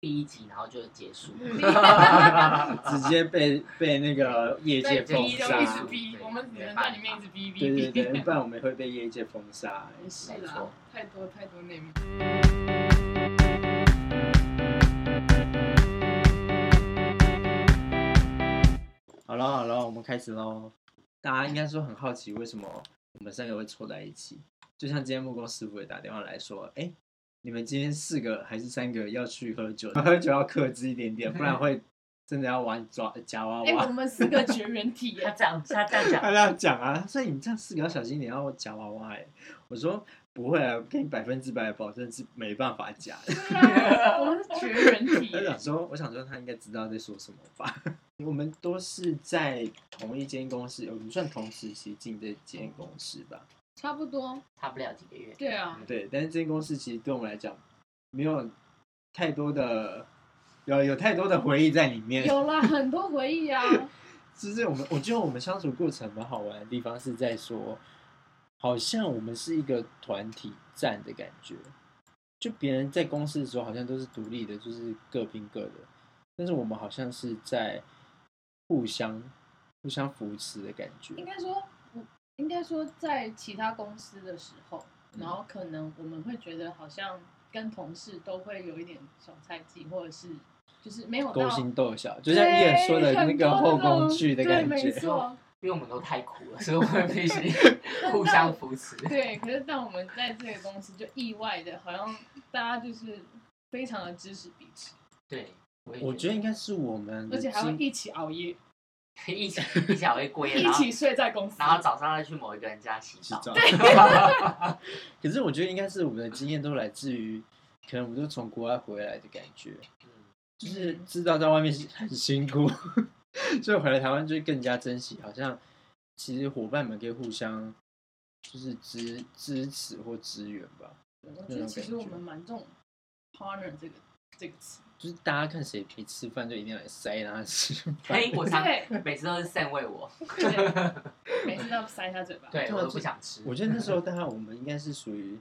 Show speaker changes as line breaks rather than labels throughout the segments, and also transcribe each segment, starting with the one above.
第一集，然后就结束。
嗯
直接被被那个业界
被
封
逼
对
就一
杀
直。逼，我们只能在里面一直逼
对对
逼
对，
逼。
不然我们会被业界封杀。
是
没
啊
错，
太多太多内幕。
好了好了，我们开始喽。大家应该说很好奇，为什么我们三个会凑在一起？就像今天木工师傅也打电话来说，哎、你们今天四个还是三个要去喝酒？喝酒要克制一点点，不然会真的要玩抓夹娃
哎，我
娃。
们四个绝缘体
他
耶，
这样，他这样讲，
他这样讲啊，他说你们这样四个要小心一点，要夹娃娃、哎，我说不会啊，给你百分之百的保证是没办法夹的。
对啊 我们是绝缘体
我
耶
想。说，我想说他应该知道在说什么吧。 我们都是在同一间公司，我们算同时期进这间公司吧。
差不多，
差不了几个月。
对啊，
对，但是这间公司其实对我们来讲，没有太多的有有太多的回忆在里面。
有啦，很多回忆啊。
就是我们，我觉得我们相处过程蛮好玩的地方是在说，好像我们是一个团体战的感觉。就别人在公司的时候，好像都是独立的，就是各拼各的，但是我们好像是在互相互相扶持的感觉。
应该说，我应该说，在其他公司的时候，
嗯
然后可能我们会觉得好像跟同事都会有一点小猜忌，或者是就是没有
勾
到
心 斗角，就像伊人说的那个后宫剧的感
对很多那种对没
觉。
错，
因为我们都太苦了，所以我们必 须互相扶持。
对。可是当我们在这个公司，就意外的，好像大家就是非常的支持彼此，
对，我
我
也
觉
觉
得应该是我们的
而且还会
经，
一起熬夜，
得一起一起还会过夜，
一
然后
起睡在公司，
然后早上再去某一个人家洗澡。
可是我觉得应该是我们的经验都来自于，可能我们都从国外回来的感觉。
嗯
就是知道在外面是很辛苦， 所以回来台湾就更加珍惜。好像其实伙伴们可以互相就是支支持或支援吧，
我觉得其实我们蛮重 partner 这个这个 词，
就是大家看谁陪吃饭就一定来塞他吃饭。
嘿，我上
对
每次都是 Sam 喂我，
对，每次都要塞一下嘴巴，
对
对啊
我都
就
不想吃。
我觉得那时候大家我们应该是属于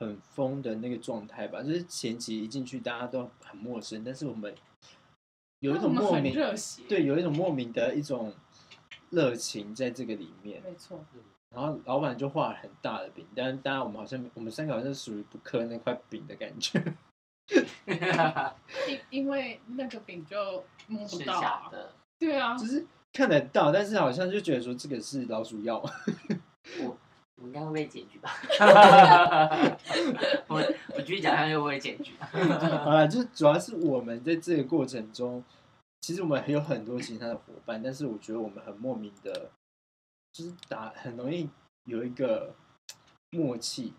很疯的那个状态吧，就是前期一进去大家都很陌生，但是我们有一种
但我
莫
们很
名
热血，，
对，有一种莫名的一种热情在这个里面。
没错，
然后老板就画了很大的饼，但是当然我们好像我们三个好像属于不嗑那块饼的感觉，
因因为那个饼就摸不
吃
到
下
啊，
的，
对啊
就，是看得到，但是好像就觉得说这个是老鼠药，
我我应该会被检 举吧？ 我我继续讲下去会不会检举？
好了，就是主要是我们在这个过程中，其实我们还有很多其他的伙伴，但是我觉得我们很莫名的，就是打很容易有一个默契，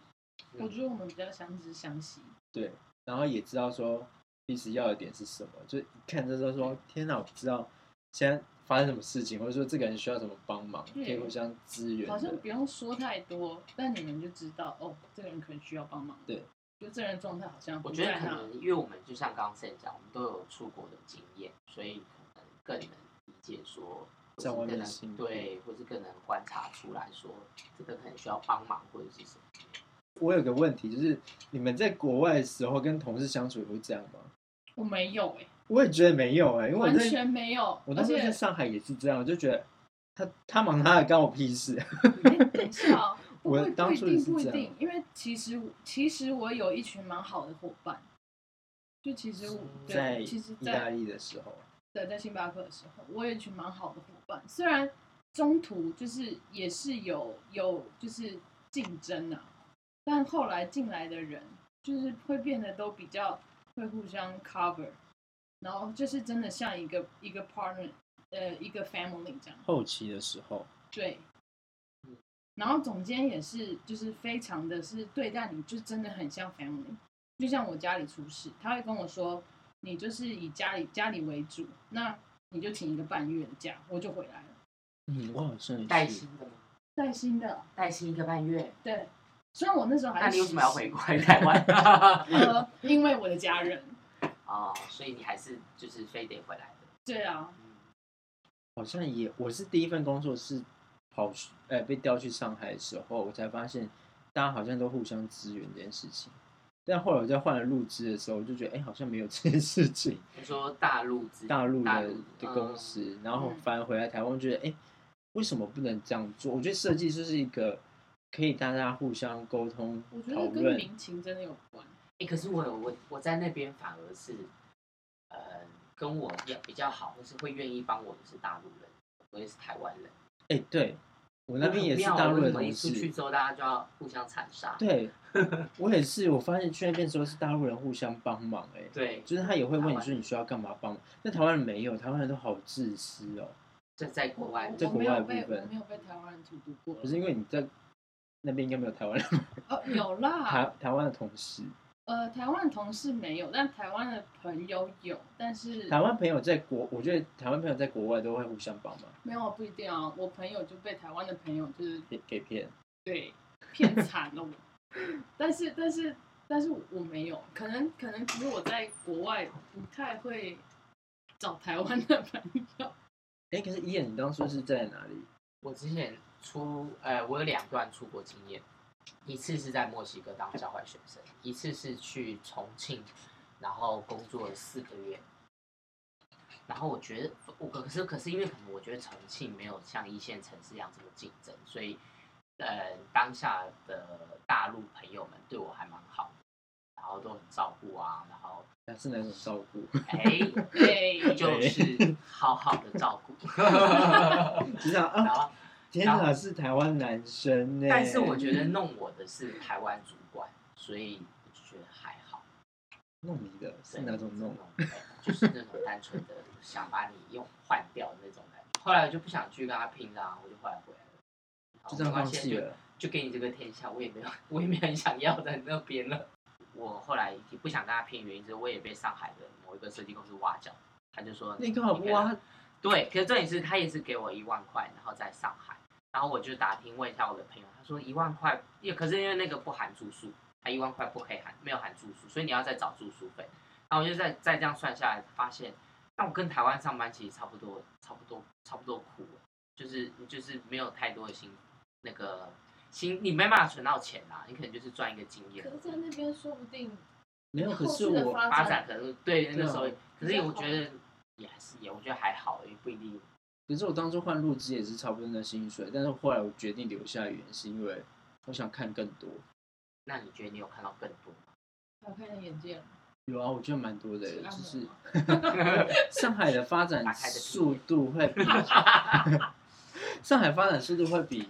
我觉得我们比较相知相惜，
对，然后也知道说彼此要的点是什么，就一看就知道说天哪，我知道现在发生什么事情，或者说这个人需要什么帮忙，可以
嗯
互相支援
好像
的。
不用说太多，但你们就知道哦，这个人可能需要帮忙，
对，
就这人状态好像
我
不
觉得
在
可
啊
那，
能，因为我们就像刚刚 Sam 讲，我们都有出国的经验，所以可能更能理解说，或
在
是
外面
更
的辛
能
苦
对，或是更能观察出来说，这个可能需要帮忙或者是什么。
我有个问题，就是你们在国外的时候跟同事相处也会这样吗？
我没有哎、
我也觉得没有哎、因为我
完
在
全没有，
我
而
当时在
且
上海也是这样，我就觉得他他忙他的，关我屁事。
哎等一下 哦不
我
会不
当
一
初也
定
是
不一
这样
定，因为其实其实我有一群蛮好的伙伴，就其实我对
在
其实
意
在
大利的时候，
对，在星巴克的时候，我有一群蛮好的伙伴，虽然中途就是也是有有就是竞争啊，但后来进来的人就是会变得都比较会互相 cover，然后就是真的像一个一个 partner，呃，一个 family 这样。
后期的时候，
对
嗯，
然后总监也是，就是非常的是对待你，就真的很像 family。就像我家里出事，他会跟我说，你就是以家里家里为主，那你就请一个半月的假，我就回来了，
嗯，我好像
带
也是
薪。的吗？
带薪的。
带薪一个半月，
对，虽然我那时候还
那
是
你为什么要回
实
国来台湾？
习？ 呃，因为我的家人。
哦，所以你还是就是非得回来的。
对啊，
嗯
好像也，我是第一份工作是跑去，呃，被调去上海的时候，我才发现大家好像都互相支援这件事情。但后来我在换了入职的时候，我就觉得哎、好像没有这件事情。
你说大陆资
大陆
大
的
陆嗯
的公，司，然后反而回来台湾，觉得哎、诶为什么不能这样做？我觉得设计就是一个可以大家互相沟通
我觉
讨
得跟
论，
民情真的有关。
哎、诶可是我有我我在那边反而是，呃，跟我要比较好，或是会愿意帮我的是大陆人，我也是台湾人。
哎、对我那边也是
我很妙啊
大
为
陆的
什么
同
一出去
事，
之后大家就要互相残杀。
对我也是，我发现去那边的时候是大陆人互相帮忙、诶哎，
对，
就是他也会问
台
你
湾
说你需要干嘛帮忙，但台湾人没有，台湾人都好自私哦，
这在国外
我
在
我
国
没
外
有
的
被
部分
我没有被台湾人荼毒过。
可是因为你在那边应该没有台湾人，
哦，有啦，
台 台湾的同事，
呃，台湾同事没有，但台湾的朋友有，但是
台湾朋友在国，我觉得台湾朋友在国外都会互相帮忙，
没有不一定啊。我朋友就被台湾的朋友就是
给给骗。
对骗惨了我， 但是但是但是我没有，可能可能只是我在国外不太会找台湾的朋友。
哎、可是伊眼，你当初是在哪里？
我之前出，呃，我有两段出国经验，一次是在墨西哥当交换学生，一次是去重庆，然后工作了四个月。然后我觉得，我可是可是因为可能我觉得重庆没有像一线城市一样这么竞争，所以，呃，当下的大陆朋友们对我还蛮好的，然后都很照顾啊，然后
还是哪种照 顾？
哎，
对，
就是好好的照顾。
就想
然
啊，
后，
天哪，是台湾男生呢、
但是我觉得弄我的是台湾主管，所以我就觉得还好。
弄你的是哪种弄？
对？哦哎就是那种单纯的想把你用换掉的那种感觉。后来我就不想去跟他拼了、我就后来回来了。好
就这样
没关
放
系
弃
就
了。
就给你这个天下，我也没有，我也没有很想要在那边了。我后来也不想跟他拼，原因是我也被上海的某一个设计公司挖角，他就说
那干嘛不挖？
对，可是重点是他也是给我一万块，然后在上海，然后我就打听问一下我的朋友，他说一万块，也可是因为那个不含住宿，他一万块不可以含，没有含住宿，所以你要再找住宿费。然后我就再再这样算下来，发现那我跟台湾上班其实差不多，差不多，差不多苦了，就是你就是没有太多的心，那个心你没办法存到钱啦，你可能就是赚一个经验
可。是在那边说不定
没有，可
后
是
续的
我
发
发
展
展可能对那
对啊
时候，可是
比较
我
好
觉得也还是也，我觉得还好，也不一定
可是我当初换入职也是差不多那薪水，但是后来我决定留下的原因是因为我想看更多。
那你觉得你有看到更多吗？
打开了眼界了，
有啊，我觉得蛮多的，
是
就
按摩
是
吗
上海的发展
打开的
速度会比上海发展速度会比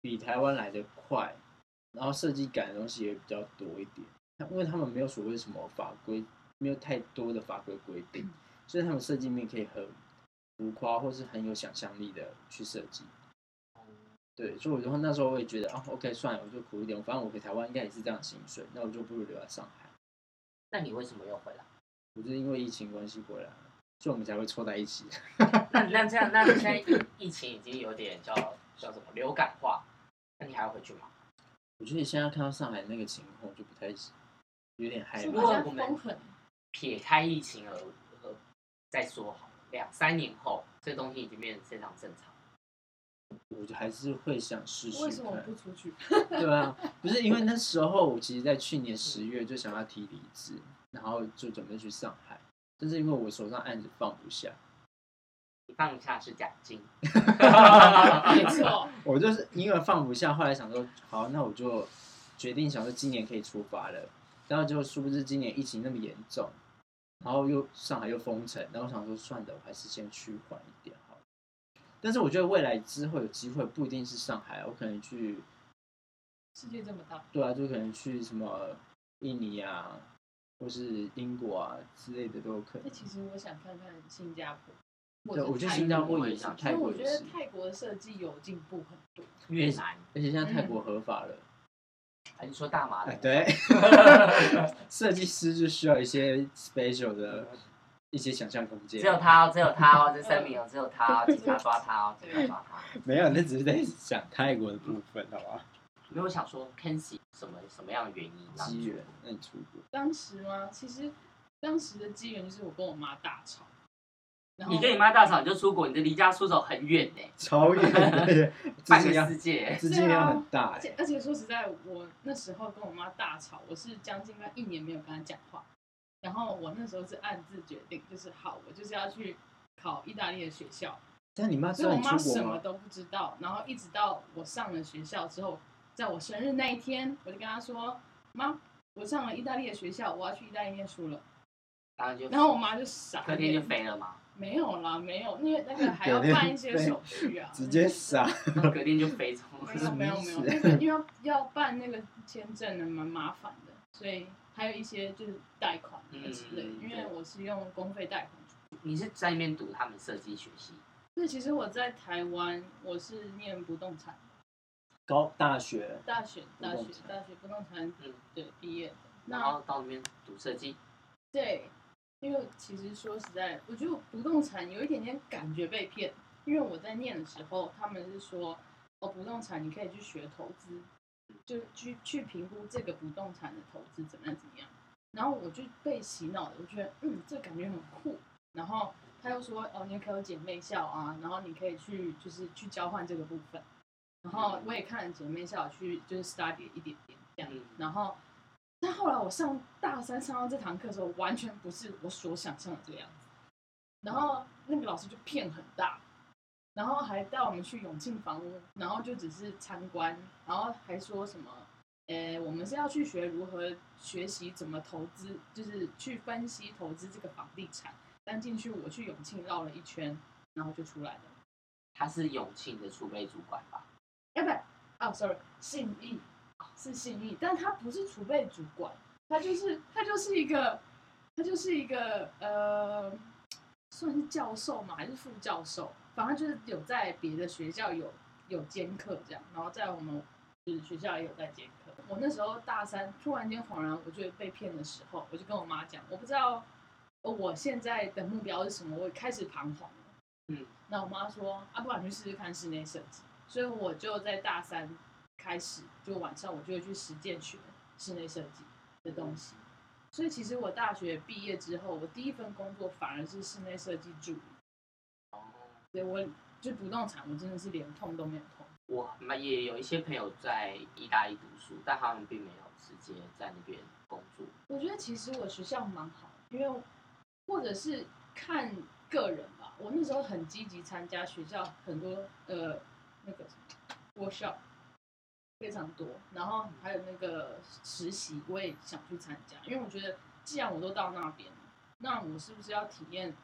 比台湾来的快，然后设计感的东西也比较多一点，因为他们没有所谓什么法规，没有太多的法规规定，所以他们设计面可以很浮夸或是很有想象力的去设计。对，所以我就那时候我也觉得啊，OK，算了，我就苦一点，反正我回台湾应该也是这样的薪水，那我就不如留在上海。
那你为什么又回来？
我就是因为疫情关系回来了，所以我们才会凑在一起。
那那这样，那现在疫疫情已经有点叫叫什么流感化，那你还要回去吗？
我觉得现在看到上海那个情况，我就不太有点害
说
如
不
果
怕。
定
我们
风很
撇开疫情而而再说好了，两三年后这东西已经变得非常正常。
我就还是会想试试
为什么
看，
不出嗯去？
对啊，不是因为那时候我其实，在去年十月就想要提离职，然后就准备去上海，但是因为我手上案子放不下，
你放下是奖金，
没错，
我就是因为放不下，后来想说，好，那我就决定想说今年可以出发了，然后结果殊不知今年疫情那么严重，然后又上海又封城，然后我想说算了，我还是先去缓一点好了。但是我觉得未来之后有机会，不一定是上海，我可能去，
世界这么大，
对啊，就可能去什么印尼啊，或是英国啊之类的都有可
那
能。
其实我想看看新加坡，
对，
或
我
者
觉得
泰
新加
国
坡
我
也
也
是
想，去
因
泰
为
国
我
也
觉得
是，
泰国的设计有进步很多。
越南
而且现在泰国合法了。
还是说大麻
哎，
的？
对，设计师就需要一些 special 的一些想象空间
只。有他哦，只有他哦，这声明哦，只有他 哦，警察抓他哦，警察抓他。
没有，那只是在讲泰国的部分，好吧？
没有想说 k e n s i 什么什么样的原因
嗯
让你
机
出
缘，那你出国？
当时吗？其实当时的机缘就是我跟我妈大吵，然后
你跟你妈大吵，你就出国，你的离家出走很远呢、
超远的，资
半
金
个
量
世界。
资金量很大
而且
哎，
而且说实在，我那时候跟我妈大吵，我是将近快一年没有跟她讲话。然后我那时候是暗自决定，就是好，我就是要去考意大利的学校。
但你妈知
所以
道
我
你
妈
出
什
国
么
吗？
都不知道。然后一直到我上了学校之后，在我生日那一天，我就跟她说：“妈，我上了意大利的学校，我要去意大利念书了。
然后”就，
然后我妈就傻眼，
隔天就飞了嘛，
没有啦，没有，因为那个还要
隔天
办一些
飞
手续啊，
直接傻，
隔天就飞走
没
了。
有没有没有，那个因为要要办那个签证呢，蛮麻烦的，所以还有一些就是贷款啊之类的。
嗯
因为我是用公费贷款出，
你是在那边读他们设计学系，
所以其实我在台湾我是念不动产，
高大学
大学
不
大
动
学
产
大学不动产
嗯
对毕业的。
然
那
后到那边读设计，
对，因为其实说实在，我觉得我不动产有一点点感觉被骗，因为我在念的时候，他们是说，哦，不动产你可以去学投资，就去去评估这个不动产的投资怎么样怎么样。然后我就被洗脑了，我觉得嗯，这感觉很酷。然后他又说，哦，你可以有姐妹校啊，然后你可以去就是去交换这个部分。然后我也看了姐妹校去就是 study 一点点这样，
嗯
然后但后来我上大三上到这堂课的时候，完全不是我所想象的这个样子。然后那个老师就骗很大，然后还带我们去永庆房屋，然后就只是参观，然后还说什么，呃，我们是要去学如何学习怎么投资，就是去分析投资这个房地产。但进去我去永庆绕了一圈，然后就出来了。
他是永庆的储备主管吧？
哎，不，哦，sorry，信义哦是信义，但他不是储备主管，他就是他就是一个他就是一个呃，算是教授嘛，还是副教授，反正就是有在别的学校有有兼课这样，然后在我们就是学校也有在兼课。我那时候大三，突然间恍然我觉得被骗的时候，我就跟我妈讲，我不知道呃我现在的目标是什么，我开始彷徨了。
嗯，
那我妈说，啊，不然你去试试看室内设计。所以我就在大三开始，就晚上我就会去实践学室内设计的东西。所以其实我大学毕业之后，我第一份工作反而是室内设计助理。
哦
对我就不动产，我真的是连碰都没有碰。
我们也有一些朋友在意大利读书，但他们并没有直接在那边工作。
我觉得其实我学校蛮好，因为或者是看个人吧。我那时候很积极参加学校很多呃那个什么 workshop 非常多，然后还有那个实习我也想去参加，因为我觉得既然我都到那边了，那我是不是要体验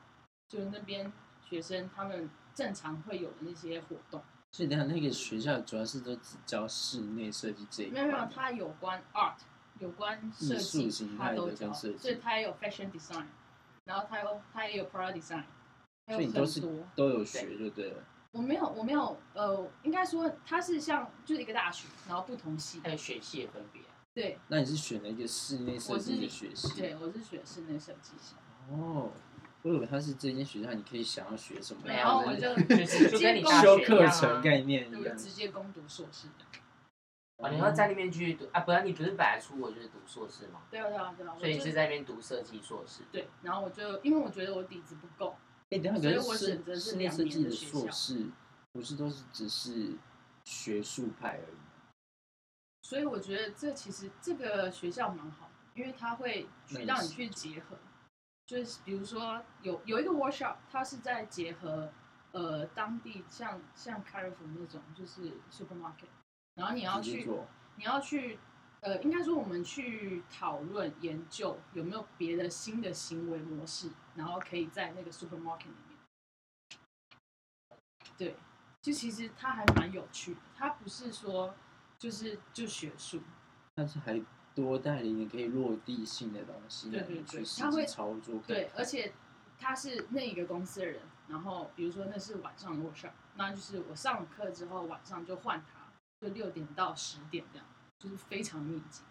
就是那边学生他们正常会有的那些活动？
所以你看那个学校主要是都只教室内设计这一
没
块
有没有
吗，，
它有关 art，有关设
艺
计
术嗯形，
它
态的
都
跟
教，
设计
所以它也有 fashion design，然后它有它也有 product design，还
所以
有
你都
很
是
多。
都有学就对了。
我没有我没有呃，应该说它是像就是一个大学，然后不同系
还。有学系的分别，
对
那你是选了一个室内设计的学系？
对，我是学室内设计系，
哦，我以为它是这间学校，你可以想要学什么，
然后我
然
就
就是就跟你大
修
学一
课
样
程
啊。
概念一
我就
样。
直接攻读硕士的。
哦，你
嗯
要在那边继续读啊？不然你不是本来出国就是读硕士吗？
对啊对啊对啊，我
所以你
就是
在那边读设计硕士。
对，然后我就因为我觉得我底子不够，
哎，等一下
所以
可
我
是
选择
室
是
室内
两
设
年
计
的
的
学
硕
校
士，不是都是只是学术派而已。
所以我觉得这其实这个学校蛮好，因为它会去让你去结合，就是比如说有有一个 workshop，它是在结合呃当地像像 Carrefour 那种就是 supermarket，然后你要
直接
去
做
你要去呃应该说我们去讨论研究有没有别的新的行为模式，然后可以在那个 supermarket 里面。对，就其实它还蛮有趣的，它不是说就是就学术，
但是还多带了一点可以落地性的东西，
对
让你
对对
去实
它会
际操作看看。
对，而且他是那一个公司的人，然后比如说那是晚上的 workshop，那就是我上课之后晚上就换他，就六点到十点这样，就是非常密集。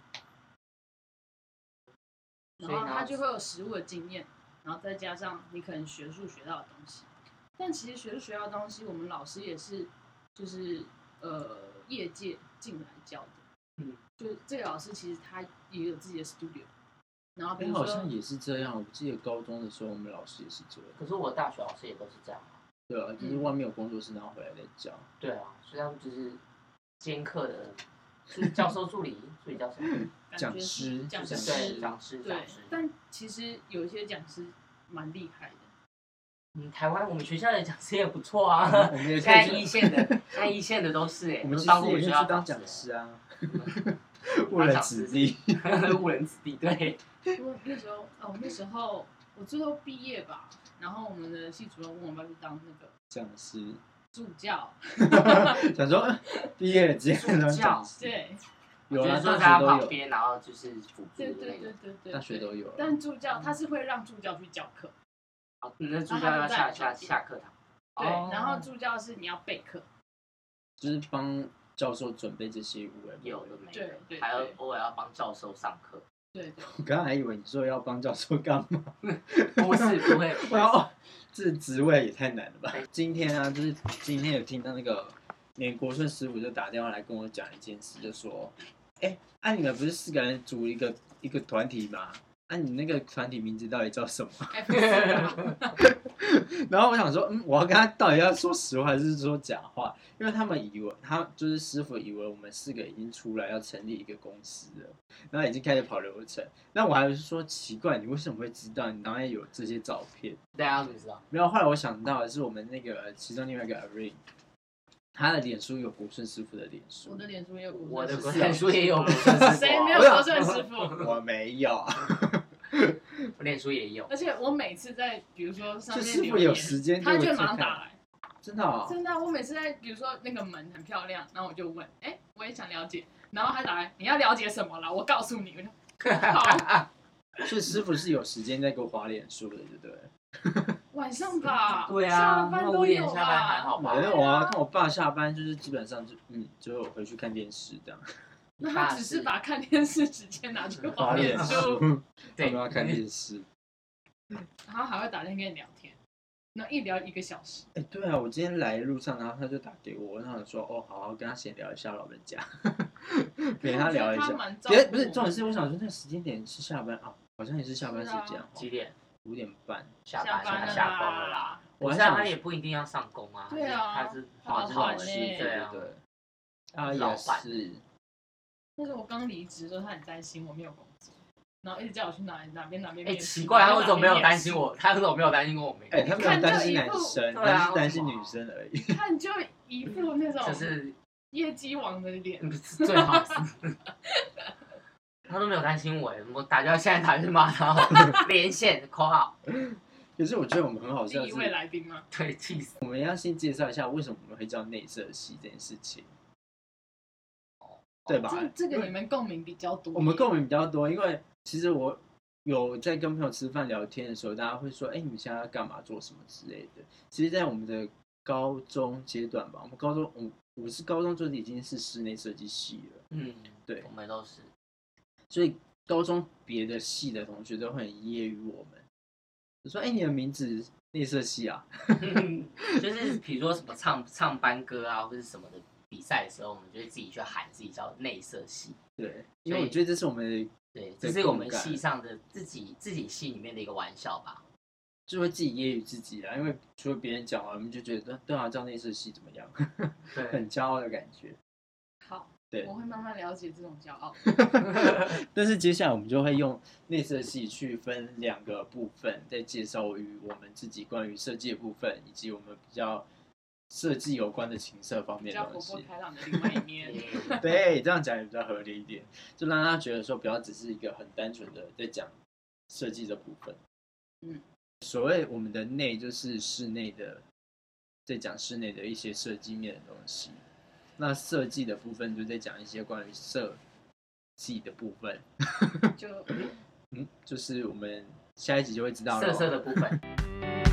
然
所以
后
呢
他就会有实物的经验，然后再加上你可能学术学到的东西，但其实学术学到的东西，我们老师也是就是呃业界进来教的，
嗯，
就是这个老师其实他也有自己的 studio，然呃后比
哎，
如
好
说
像也是这样。我记得高中的时候，我们老师也是这样。
可是我大学老师也都是这样啊。
对啊，
嗯
就是外面有工作室，然后回来再教。
对啊，所以他们就是兼课的助教授助理，助理教授，
感
讲
觉是
师
讲
讲
对，
师
讲师，
对
讲师，。
但其实有一些讲师蛮厉害的，
嗯，台湾我们学校的讲师也不错啊，
我们也
现
可以
在
去
一线的，现在一线的都是哎，
我们
都
其
当
实
过我们
也可以
学
去
校
当讲师啊，误人子弟。
误人子弟， 对，
因为那时候哦，那时候我最后毕业吧，然后我们的系主任问我要不要去当那个
讲师，
助教，
想说毕业了直接当
助教
讲师，
对
有
就
啊，
是坐在他
大学
旁
都有，
边，然后就是辅助
对
的
对
那
对
个。
对对，
大学都
对。
有啊。
但助教他是会让助教去教课，
哦那助教要下下下课堂，
对，
哦
然后助教是你要备课，
就是帮教授准备这些啊无为
有的没
对对
的，还要
对
偶尔要帮教授上课，
对对，
我刚刚还以为你说要帮教授干 嘛，
不是不会，不
然
会
后这职位也太难了吧？今天啊，就是今天有听到那个美国顺师傅就打电话来跟我讲一件事，就说，哎、啊你们不是四个人组一个一个团体吗？啊你那个团体名字到底叫什么？
哎不是吧
然后我想说，嗯，我要跟他到底要说实话还是说假话？因为他们以为他就是师傅以为我们四个已经出来要成立一个公司了，然后已经开始跑流程。那我还是说奇怪，你为什么会知道？你哪里有这些照片？
大家啊怎么知道？
没有，后来我想到的是我们那个其中另外一个 Irene，他的脸书有国顺师傅的脸书
我，的脸书也有国
我的
顺
国
师
产书也有，
谁没有
我
国顺师傅？
我没有，
我脸书也有，
而且我每次在比如说上
就
面
师
留
傅有
言，
时间
他
给
就会
我去
马上
看
打来。
真 的、哦，
真的啊、我每次在比如说那个门很漂亮，然后我就问，哎、我也想了解，然后他打来，你要了解什么啦？我告诉你，我就好，
所以师傅是有时间在给我划脸书的，对不对？
晚上吧，
对
下
啊，
班
那
都
五点
有
下班还
吧。
好吧
没？有啊，看我爸下班就是基本上就嗯，就回去看电视这样。
那他只是把看电视直接拿去画脸书，，
他
对
们要看电视。
然后还会打电话跟你聊天，然后一聊一个 小时，
哎，对啊，我今天来路上，然后他就打给我，然后我说哦，好好跟他闲聊一下老人家，陪他聊一
他
下。
蛮照顾
别不是重点是，我想说那个时间点是下班啊，好像也是下班时
是
间哦
啊，
几点？
五点半。
下班
下班
下
了
下班了啦。
啦，
我
我
还
像
想
他也不一定要上工啊，
对啊
他是
他
他是
是老
老
师
师，
对
对啊，
对，他
老
也
板
是。
那时候我刚离职的时候，他很担心我没有工作，然后一直叫我去哪里哪边哪边
哎，
面试。
奇怪，他为什么没有
哪边哪边
担心我？他为什么没有担心过我没？
哎，他没有
看
担
这
心
一
男
部
生，
对啊
他是担
为
心
什么
女生而已。
面试？看就一副那种
就是
业绩王的脸，
最好 是，他都没有担心我，我打电话现在打去骂 他，连线括号，
可是我觉得我们很好
第
笑，
一
是
位来宾吗？
对，气死。
我们要先介绍一下为什么我们会叫内设系这件事情，对吧？
这哦这
因
个
为
你们共鸣比较多，
我们共鸣比较多，因为其实我有在跟朋友吃饭聊天的时候，大家会说：“哎、你们现在要干嘛、做什么之类的。”其实，在我们的高中阶段吧，我们高中，我我是高中就是已经是室内设计系了，
嗯，
对
我们都是，
所以高中别的系的同学都很揶揄我们，就说：“哎、你的名字内设系啊
就是比如说什么唱唱班歌啊，或者什么的比赛的时候，我们就会自己去喊自己叫内设系，？”
对，因为我觉得这是我们的，
对，
对
这是我
共
们
感
系上的自己自己系里面的一个玩笑吧。
就会自己揶揄自己啊啦，因为除了别人讲完，我们就觉得对啊，叫内设系怎么样，
对，
很骄傲的感觉。
好，
对
我会慢慢了解这种骄傲。
但是接下来我们就会用内设系去分两个部分，再介绍于我们自己关于设计的部分，以及我们比较设计有关的情色方
比
面
较活
的东
泼
西。
开朗的另外一 面，
嗯
对，这样讲也比较合理一点，就让大家觉得说不要只是一个很单纯的在讲设计的部分。
嗯，
所谓我们的内就是室内的，在讲室内的一些设计面的东西。那设计的部分就在讲一些关于设计的部分。
就
嗯，就是我们下一集就会知道了。
色色的部分。